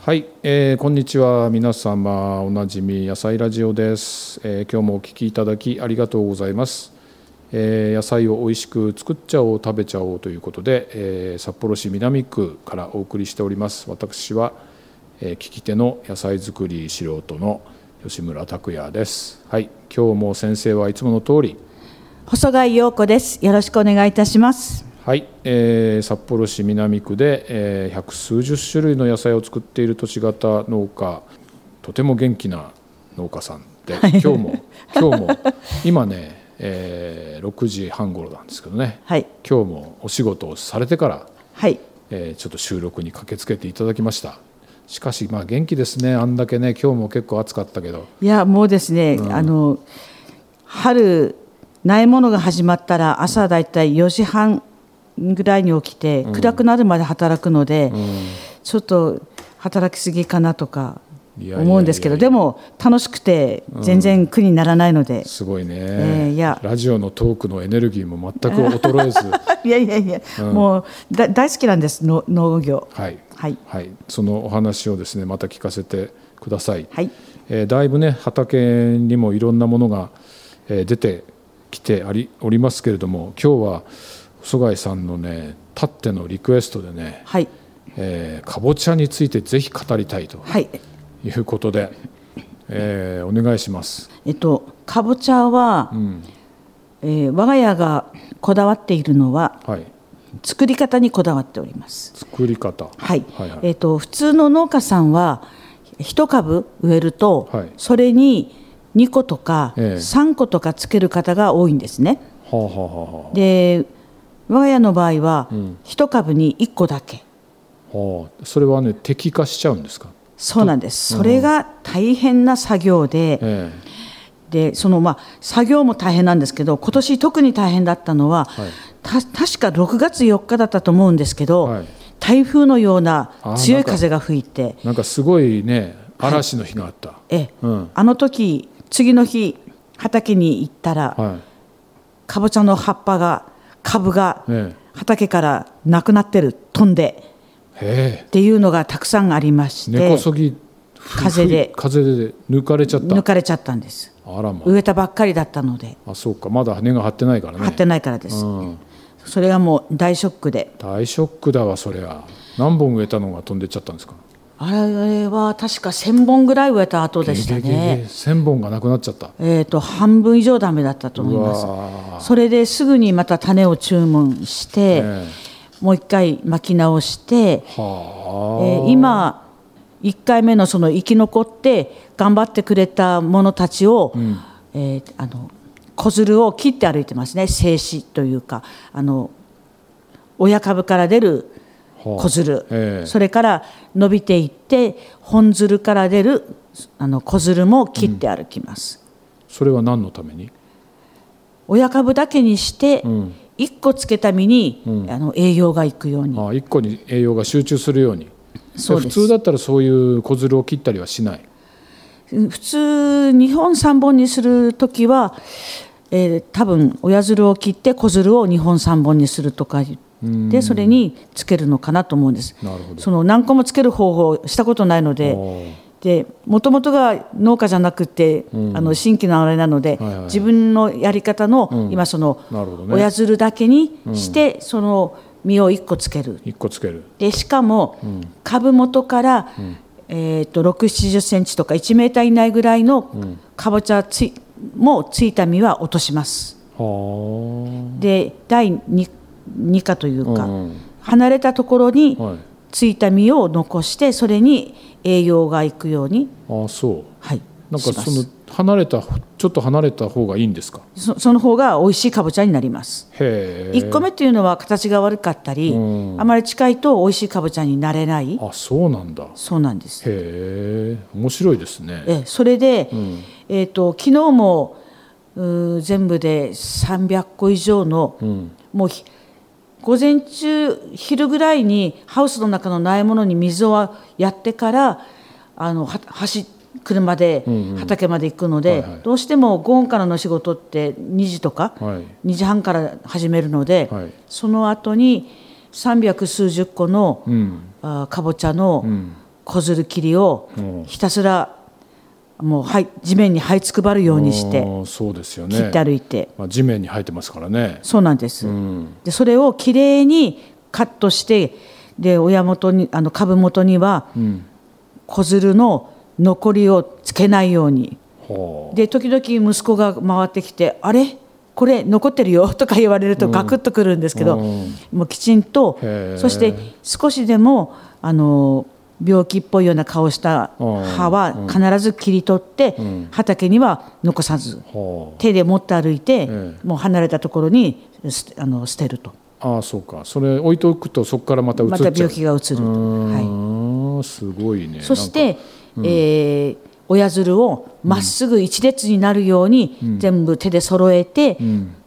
はい、えーこんにちは皆様おなじみ野菜ラジオです、えー今日もお聞きいただきありがとうございます、えー野菜を美味しく作っちゃおう食べちゃおうということで、えー札幌市南区からお送りしております私は、えー聞き手の野菜作り素人の吉村拓也ですはい今日も先生はいつもの通り細貝陽子です。よろしくお願いいたします。はい、えー札幌市南区で、えー百数十種類の野菜を作っている都市型農家とても元気な農家さんで今日も今日も今ね、えー6時半頃なんですけどねはい。今日もお仕事をされてから、はい。えーちょっと収録に駆けつけていただきましたしかしまあ元気ですねあんだけね今日も結構暑かったけどいや、もうですね、あの。春。ないものが始まったら、朝だいたい4時半。ぐらいに起きて、暗くなるまで働くので。ちょっと。働きすぎかなとか。いやいやいや思うんですけど、でも。楽しくて、全然苦にならないので。すごいね、えーいやラジオのトークのエネルギーも全く衰 えず いやいやいや、もうだ大好きなんですの農業はいはいはい、そのお話をですねまた聞かせてください、はいえーだいぶね畑にもいろんなものが、えー出てきてありおりますけれども今日は細貝さんのねたってのリクエストでね、はいえーかぼちゃについてぜひ語りたいとはいいうことで、えーお願いします。えっとかぼちゃは、うんえー我が家がこだわっているのははい、作り方にこだわっております。作り方、はい、はいはいえっ、と普通の農家さんは一株植えると、はいそれに2個とかええ3個とかつける方が多いんですね。はあはあはあはで、我が家の場合はん一株に1個だけ。あはあそれはね適化しちゃうんですか、そうなんです。それが大変な作業で、えでそのまあ作業も大変なんですけど今年特に大変だったのは、いた確か6月4日だったと思うんですけど、はい台風のようなあー強なんいか風が吹いてえなんかすごいね嵐の日があった、え、うんあの時次の日畑に行ったら、はいかぼちゃの葉っぱが株がええ畑からなくなってる飛んでへっていうのがたくさんありましえ根こそてぎふ風でふ風で抜かれちゃった抜かれちゃったんですあらま植えたばっかりだったのであそうかまだ根が張ってないからね張ってないからです、うん、それがもう大ショックで。大ショックだわそりゃ何本植えたのが飛んでっちゃったんですかあれは確か1000本ぐらい植えた後でしたげげげげね。 1000本がなくなっちゃったえー、と半分以上ダメだったと思いうまわす。それですぐにまた種を注文して、えもう一回巻き直して、ーはえー今1回目のその生き残って頑張ってくれた者たちを、えーあの子づるを切って歩いてますね静止というかあの親株から出るはあ子づる、ええそれから伸びていって本づるから出るあの子づるも切って歩きます、あそれは何のために親株だけにして、ん一1個つけた実に、あの栄養がいくようにあ1個に栄養が集中するようにそうです普通だったらそういう子づるを切ったりはしない普通2本3本にする時は、えー多分親づるを切って子づるを2本3本にするとかでそれにつけるのかなと思うんですなるほどその何個もつける方法をしたことないのでおーでもともとが農家じゃなくて、あの新規のあれなので、はいはい自分のやり方の、今その、なるほどね親づるだけにして、その実を1個つける1個つけるでしかも株元から、えー、と6 7 0センチとか1メーター以内ぐらいのかぼちゃついもついた実は落とします。はで第 2, 二課というか、うんうん離れたところにあはいついた実を残してそれに栄養がいくように、ああそうはい、なんかしまそすの離れたちょっと離れた方がいいんですかそその方が美味しいかぼちゃになります。へえ1個目というのは形が悪かったり、あまり近いと美味しいかぼちゃになれないあそうなんだへそうなんです。え面白いですねええそれで、えー、と昨日もうー全部で300個以上の、もうひ午前中昼ぐらいにハウスの中の苗物に水をやってからあのは走車で畑まで行くので、はいはいどうしても午後からの仕事って2時とか、はい2時半から始めるので、はいその後に300数十個の、うんあーかぼちゃのこずる霧をうんひたすらもうはい地面に這いつくばるようにしてうんそうですよ切ねって歩いて、まあ、地面に生えてますからねそうなんです、うんでそれをきれいにカットしてで親元にあの株元にはうん子づるの残りをつけないようにはで時々息子が回ってきて「あれこれ残ってるよ」 とか言われるとガクッとくるんですけど、うんもうきちんとへーそして少しでもあの病気っぽいような顔したうん葉は必ず切り取って、畑には残さずあは手で持って歩いて、えもう離れたところにすあの捨てるとあああそうかそれ置いておくとそこからまた移っちゃまうた病気がうつると。うはいーん、すごいねそして、えー親づるをまっすぐ一列になるように全部手で揃えて、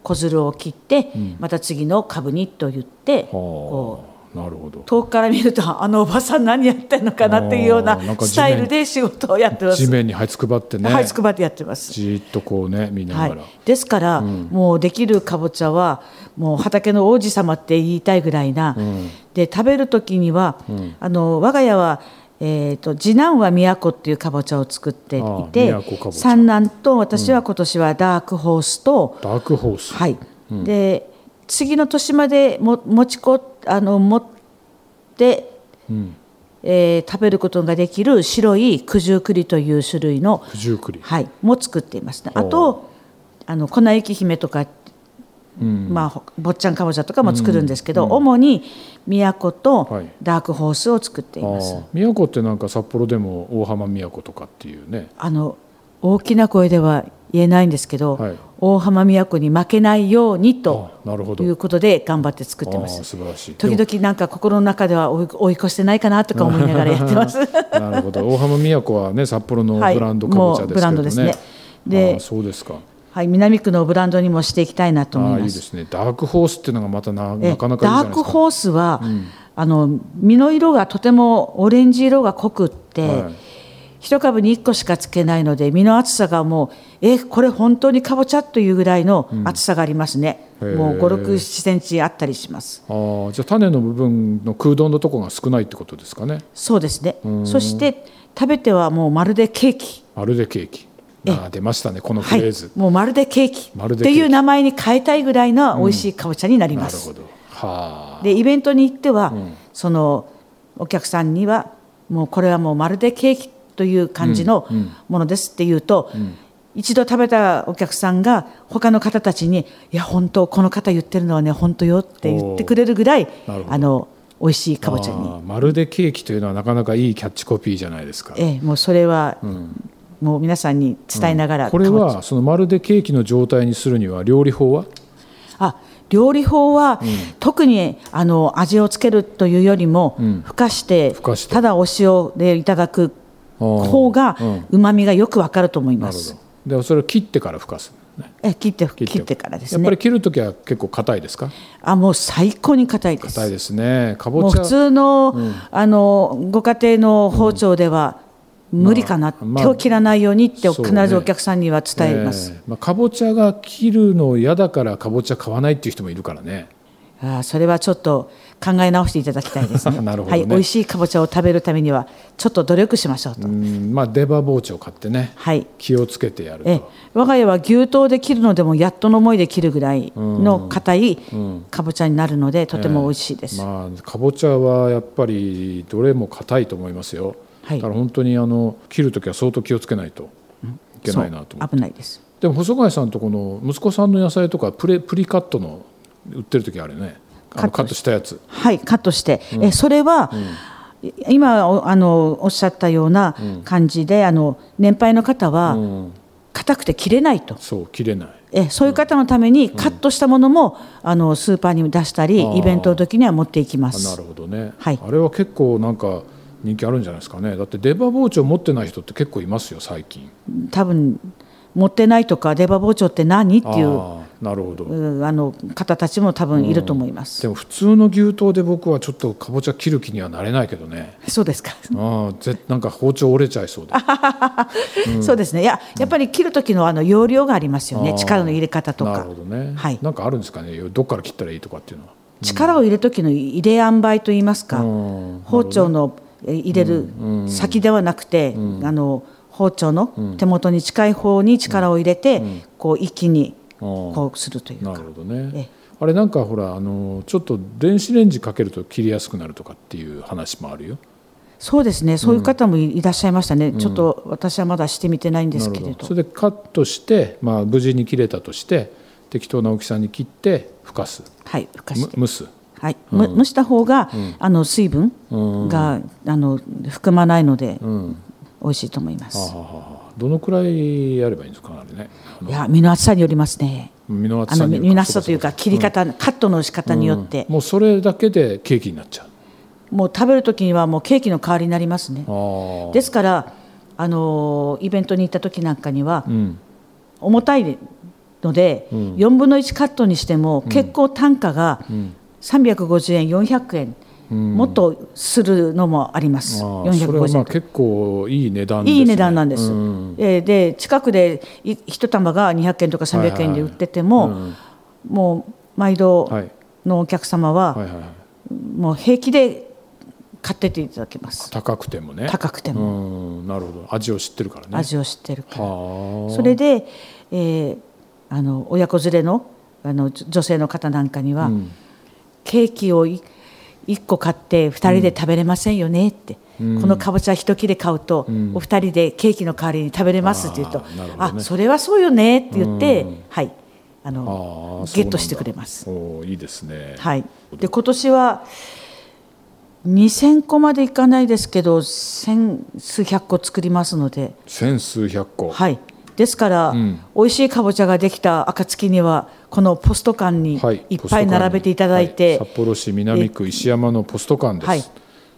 子づるを切って、また次の株にと言って、こはあなるほどう遠くから見るとあのおばさん何やってんのかなっていうようあなーなんか地面スタイルで仕事をやってま地す。面に這いつくばってね、はい、つくばってやってます。じーっとこうね見なはがいら、、ですから、もうできるかぼちゃはもう畑の王子様って言いたいぐらいな、で食べる時には、あの我が家は、えー、と次男は都っていうかぼちゃを作っていああて都かぼちゃ三男と私は今年はダークホースと、ダークホース、はいで次の年までも持ちこあの持って、えー食べることができる白い九十九里という種類の九十九里はい、も作っていますね。あほうとあの粉雪姫とか、まあほ坊ちゃんかぼちゃとかも作るんですけど、主に都はといダークホースを作っていあます。あ宮古ってなんか札幌でも大浜宮古とかっていうねあの大きな声では言えないんですけど、はい大浜都に負けないようにとあなるほどいうことで頑張って作ってああま素す。晴らしい時々なんか心の中では追い追い越してないかなとか思いながらやって ます。でもなるほ ど大浜宮古はね札幌のはいブランドかぼちゃですけもうブランドどですね,、ねでああそうですかはい、南区のブランドにもしていきたいなと思いああいいま。ですすねダークホースっていうのがまたなえなかなかいいじゃないダーですクかホースは、あの実の色がとてもオレンジ色が濃くって、はい一株に1個しかつけないので実の厚さがもうえこれ本当にかぼちゃというぐらいの厚さがありますね、へーもう5 6 7センチあったりしますああじゃあ種の部分の空洞のとこが少ないってことですかねそうですねそして食べてはもうまるでケーキまるでケーキああ出ましたねこのフはレーいズ、、もうまるでケーキまるでってケーキいう名前に変えたいぐらいの美味しいかぼちゃになりまなする、ほどはあでイベントに行っては、そのお客さんにはもうこれはもうまるでケーキという感じのものですって言うと、一度食べたお客さんが他の方たちに「いや本当この方言ってるのはね本当よ」って言ってくれるぐらいおーなるほどあの美味しいかぼちゃに、あーまるでケーキというのはなかなかいいキャッチコピーじゃないですか。ええ、もうそれは、もう皆さんに伝えながら、これかぼちゃはそのまるでケーキの状態にするには料理法はあ料理法は、特にあの味をつけるというよりも、ふかしてふかしてただお塩でいただくあー方がうまみがよくわかると思いまなるす。ほどでそれを切ってからふかす、ね、え切って切ってからですやっぱねり。切るときは結構硬いですかあもう最高に硬いです。硬いですねかもぼうちゃ普通の、あのご家庭の包丁では、無理かな、まあまあ手を切らないようにってそう必ねずお客さんには伝えます。ええまあ、かぼちゃが切るの嫌だからかぼちゃ買わないっていう人もいるからねあーそれはちょっと考え直していただきたいです ね。なるほどねはい、美味しいかぼちゃを食べるためにはちょっと努力しましょうと。うんまあ出刃包丁買ってねはい。気をつけてやるえと我が家は牛刀で切るのでもやっとの思いで切るぐらいの硬いかぼちゃになるのでとても美味しいです。まあ、かぼちゃはやっぱりどれも硬いと思いますよ、はいだから本当にあの切るときは相当気をつけないといけないなと思そうう危ないです。でも細貝さんとこの息子さんの野菜とかプレプリカットの売ってる時あるよねあのカカッットしたやつはい、カットして、えそれは、い今おあのおっしゃったような感じで、あの年配の方は硬くて切れないと。そう切れないえそういう方のためにカットしたものも、あのスーパーに出したあーりイベントの時には持っていきまあなするほどね、はいあれは結構なんか人気あるんじゃないですかねだって出刃包丁持ってない人って結構いますよ最近多分持ってないとか出刃包丁って何っていうああなるほど、うんあの方たちも多分いると思います。でも普通の牛刀で僕はちょっとかぼちゃ切る気にはなれないけどねそうですか。ああぜなんか包丁折れちゃいそうでそうですね。いや、やっぱり切る時のあの容量がありますよね。力の入れ方となるかほ。どね、はいなんかあるんですかねどっから切ったらいいとかっていうのは力を入れる時の入れ塩梅といいますか。包丁のえー入れる先ではなくて、あの包丁の手元に近い方に力を入れて、こう一気にあこうするというあなかるほどね、ええあれなんかほらあのちょっと電子レンジかけると切りやすくなるとかっていう話もあるよそうですねそういう方もいいらっしゃいましたね、ちょっと私はまだしてみてないんですけれなどるほそれでカットして、まあ、無事に切れたとして適当な大きさに切ってふかすはいふかしむて、蒸すはいむ蒸した方が、あの水分が、あの含まないので、美味しいと思いまあすはははどのくらいやればいいんですかあれねいや身の厚さによりますね身の厚あさのによる身の厚さというかそ切り方、カットの仕方によって、もうそれだけでケーキになっちゃうもう食べる時にはもうケーキの代わりになりますねああですからあのイベントに行った時なんかには、うん重たいので、4分の1カットにしても結構単価が350円400円、もっとするのもあります、ああそれは450まあ円結構いい値段です、ね、いい値段なんです、うえーで近くでい一玉が200円とか300円で売ってても、もう毎度はいのお客様は、はいはいはいもう平気で買ってっていただけます高くてもね高くてうも、んなるほど味を知ってるからね味を知ってるから。はあそれで、えーあの親子連れのあのじょ女性の方なんかには、ケーキをい1個買って2人で食べれませんよねって、このかぼちゃ1切れ買うと、お二人でケーキの代わりに食べれますって言うとあーなるほあ,、どねそれはそうよねって言って、はいあああのそうゲなんだットしてくれます。おおいいですねはい、で今年は2000個までいかないですけど千数百個作りますので。千数百個はい、ですから、美味しいかぼちゃができた暁にはこのポスト館にはいいっぱい並べていただいて、ポスト館にはい札幌市南区石山のポスト館です、はい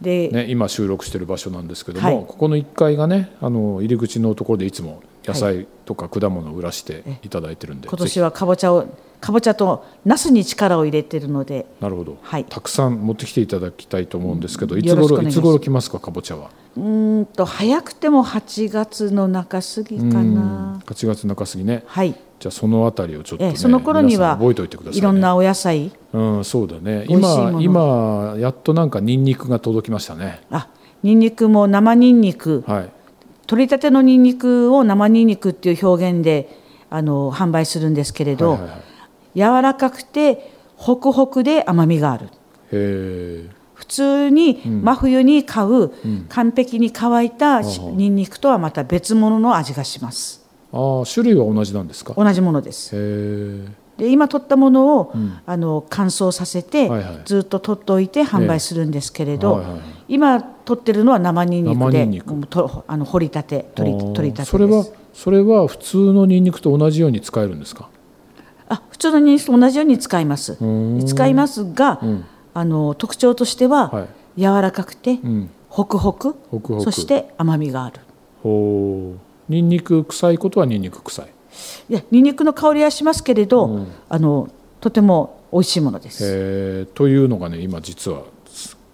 でね、今収録している場所なんですけども、はいここの1階がねあの入り口のところでいつも野菜とか果物を売らしていただいてるんで、今ぜひ年はかぼちゃをかぼちゃとナスに力を入れてるのでなるほど、はいたくさん持ってきていただきたいと思うんですけど、いつよろしくお頃願いいしつます頃来ますかかぼちゃはうーんと早くても8月の中過ぎかな8月中過ぎねはい、じゃあそのあたりをちょっと、えねえその頃には皆さん覚えておいてください、ね、いろんなお野菜うんそうだね美味しいも今の今やっとなんかニンニクが届きましたねあニンニクも生ニンニクはい取りたてのニンニクを生ニンニクっていう表現であの販売するんですけれど、はいはいはい柔らかくてホクホクで甘みがあるへえ普通に真冬に買う、完璧に乾いたニンニクとはまた別物の味がしますああ種類は同じなんですかへ同じものですえで今取ったものを、あの乾燥させて、はいはいずっと取っておいて販売するんですけれええはいど、はいはい今取ってるのは生ニンニク生ニでンニクもうとあの掘りたて取り取りたてですそれはそれは普通のニンニクと同じように使えるんですかあ普通のニンニクと同じように使います使いますが、あの特徴としては、は柔らかくて、ホクホクホクホクそして甘みがあるほうニンニク臭いことはニンニク臭いいやニンニクの香りはしますけれど、あのとても美味しいものですえーというのがね今実は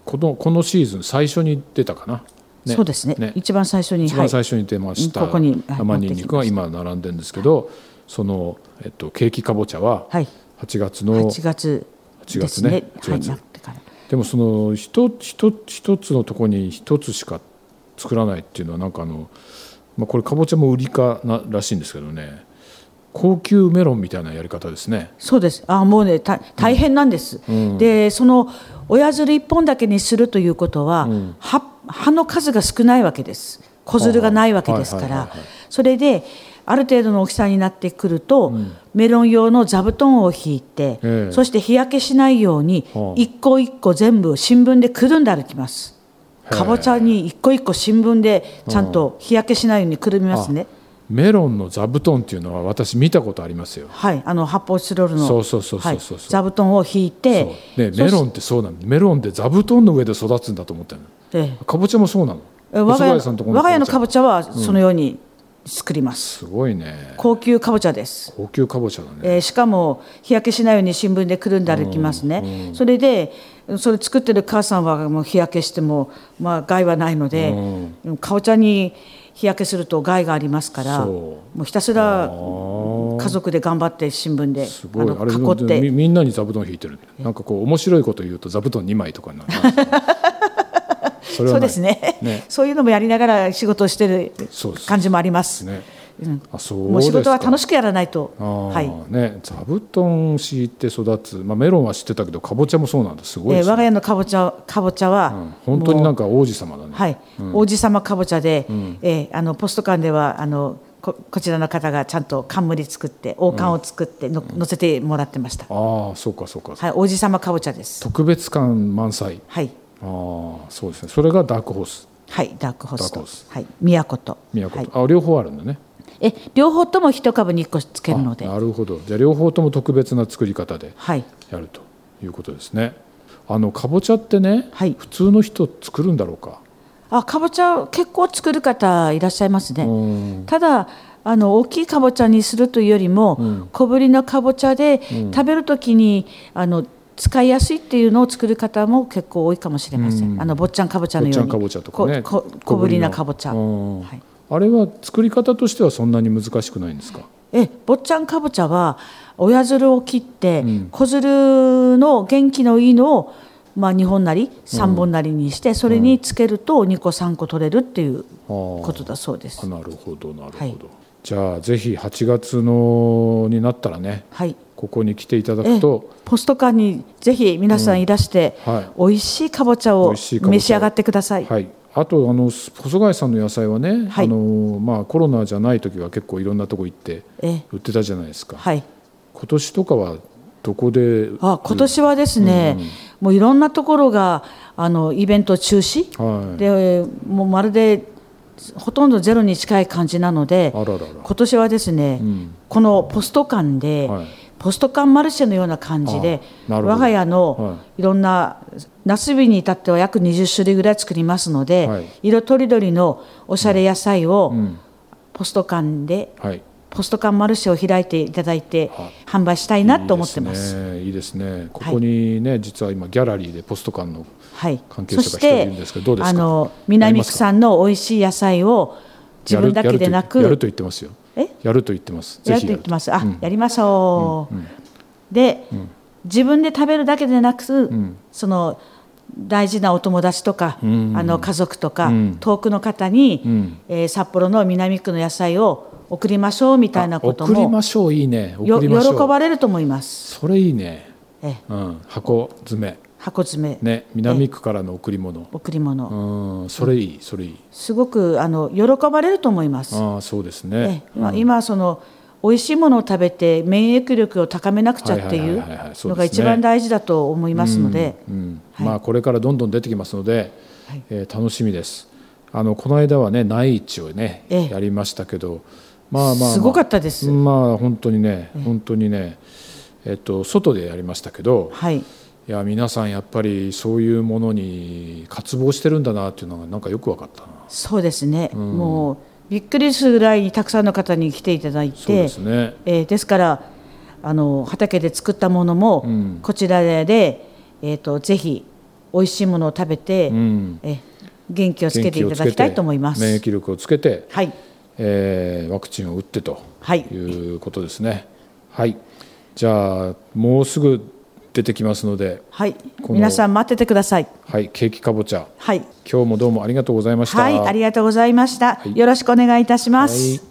このこのシーズン最初に出たかな、ねそうですね一番最初に一番最初に出ました、ここにはい生ニンニクが今並んでるんですけどその、えっと、ケーキかぼちゃははい、 8月はい、の、 8月8です月ねね8はい月なってからでもその一つ一つ一つのとこに一つしか作らないっていうのはなんかあの、まあ、これかぼちゃも売りかならしいんですけどね高級メロンみたいなやり方ですねそうですあもうねた大変なんです、でその親づる1本だけにするということは、葉葉の数が少ないわけです子づるがないわけですはかいはいらはいはいそれである程度の大きさになってくると、メロン用の座布団を引いて、ええそして日焼けしないようにはあ一個一個全部新聞でくるんで歩きますへえかぼちゃに一個一個新聞でちゃんと日焼けしないようにくるみますね、メロンの座布団っていうのは私見たことありますよはい、あの発泡スチロールのそうそうそうそうそうはい座布団を引いて、そうね、メロンってそうなのメロンって座布団の上で育つんだと思ったのえかぼちゃもそうなのえ我がお蕎麦家屋さんとこの我が家のかぼちぼちゃはそのように作ります、ゃすごいね高級かぼちゃです、高級かぼちゃだねえーしかも日焼けしないように新聞でくるんで歩きますね、それでそれ作ってる母さんはもう日焼けしても、まあ、害はないので、かぼちゃに日焼けすると害がありますからそうもうひたすら家族で頑張って新聞ですごいあれの囲っみてみんなに座布団引いてるなんかこう面白いこと言うと座布団2枚とかになるそれはそうないですねね そういうのもやりながら仕事をしてるそうです感じもあります。ねうんあそうもう仕事は楽ししくやらないと。あは。はいいね、座布団敷いて育つ、まあ、メロンは知ってたけどかぼちゃもそうなんですすごいえでーす我がね、家のかぼちゃ、かぼちゃは、うん本当になんか王子様だね、はい、王子様かぼちゃで、えーあのポスト館ではあのここちらの方がちゃんと冠作って王冠を作っての、乗せてもらってました、ああそうかそうか、はい、王子様かぼちゃです特別感満載はいああそうですねそれがダークホースはいダークホスダークトホスはい都と宮古はいと、あ両方あるんだねえ両方とも一株に一個つけるのであなるほどじゃあ両方とも特別な作り方ではいやるということですねあのかぼちゃってね、はい普通の人作るんだろうかあかぼちゃ結構作る方いらっしゃいますね、うんただあの大きいかぼちゃにするというよりも、小ぶりのかぼちゃで、食べるときにあの使いやすいっていうのを作る方も結構多いかもしれません、あの坊ちゃんかぼちゃのよ坊うにちゃんかぼちゃとかねここ小ぶりなかぼちゃ、うんはいあれは作り方としてはそんなに難しくないんですかえ坊ちゃんかぼちゃは親づるを切って、子づるの元気のいいのをまあ、2本なり3本なりにして、それにつけると2個3個取れるっていうことだそうですあ。なるほどなるほど、はいじゃあぜひ8月のになったらねはい、ここに来ていただくとポスト館にぜひ皆さんいらして、うんは美味しいかぼちゃ美を味しいかぼちゃを召し上がってください。はい、あとあの細貝さんの野菜はね、はいあのまあ、コロナじゃない時は結構いろんなとこ行ってえ売ってたじゃないですか、はい、今年とかはどこであ今年はですね、もういろんなところがあのイベント中止、はいでもうまるでほとんどゼロに近い感じなのであららら今年はですね、このポスト館で、はいポスト館マルシェのような感じであなるほど我が家はのいろんな、ナスビに至っては約20種類ぐらい作りますので、はい色とりどりのおしゃれ野菜を、ポスト館ではいポスト館マルシェを開いていただいて販売したいなと思ってます。いいですねいいですねここにね、実は今ギャラリーでポスト館のはい、関係そ者が一人しいてるんですけどどうですかあのやり南ま区すかさんの美味しい野菜を自分だけでなくやるやると言ってますよえやると言ってますやぜるひとや言っるてとますあ、やりましょう、で、自分で食べるだけでなく、その大事なお友達とか、あの家族とか、遠くの方に、えー札幌の南区の野菜を送りましょうみたいなこと送りもましょういいね送より喜ましょうばれると思います、それいいね、ええうん、箱詰め箱詰め、ね南区からの贈り物、贈り物、うんそれいいそれいいすごくあの喜ばれると思います。ああそうですねね、今今その美味しいものを食べて免疫力を高めなくちゃっていはういはいはいはいはいそうのですねが一番大事だと思いますので、うんはいまあこれからどんどん出てきますので、はいえー楽しみですあのこの間はね内市をね、ええやりましたけどまあまあまあ、すごかったですまあ本当にね本当にねえっと外でやりましたけどはい、いや皆さんやっぱりそういうものに渇望してるんだなっていうのがなんかよく分かったなそうですね、もうびっくりするぐらいにたくさんの方に来ていただいそうてですねえーですからあの畑で作ったものも、こちらで、えー、とぜひ美味しいものを食べて、んえー元気をつけてい元気をただきたいと思いま免す。疫力をつけて、はい、えーワクチンを打ってとはいいうことですね。はい、じゃあもうすぐ出てきますので、はい、この皆さん待っててください。はい、ケーキかぼちゃはい今日もどうもありがとうございました。はい、ありがとうございました。よろしくお願いいたします。はい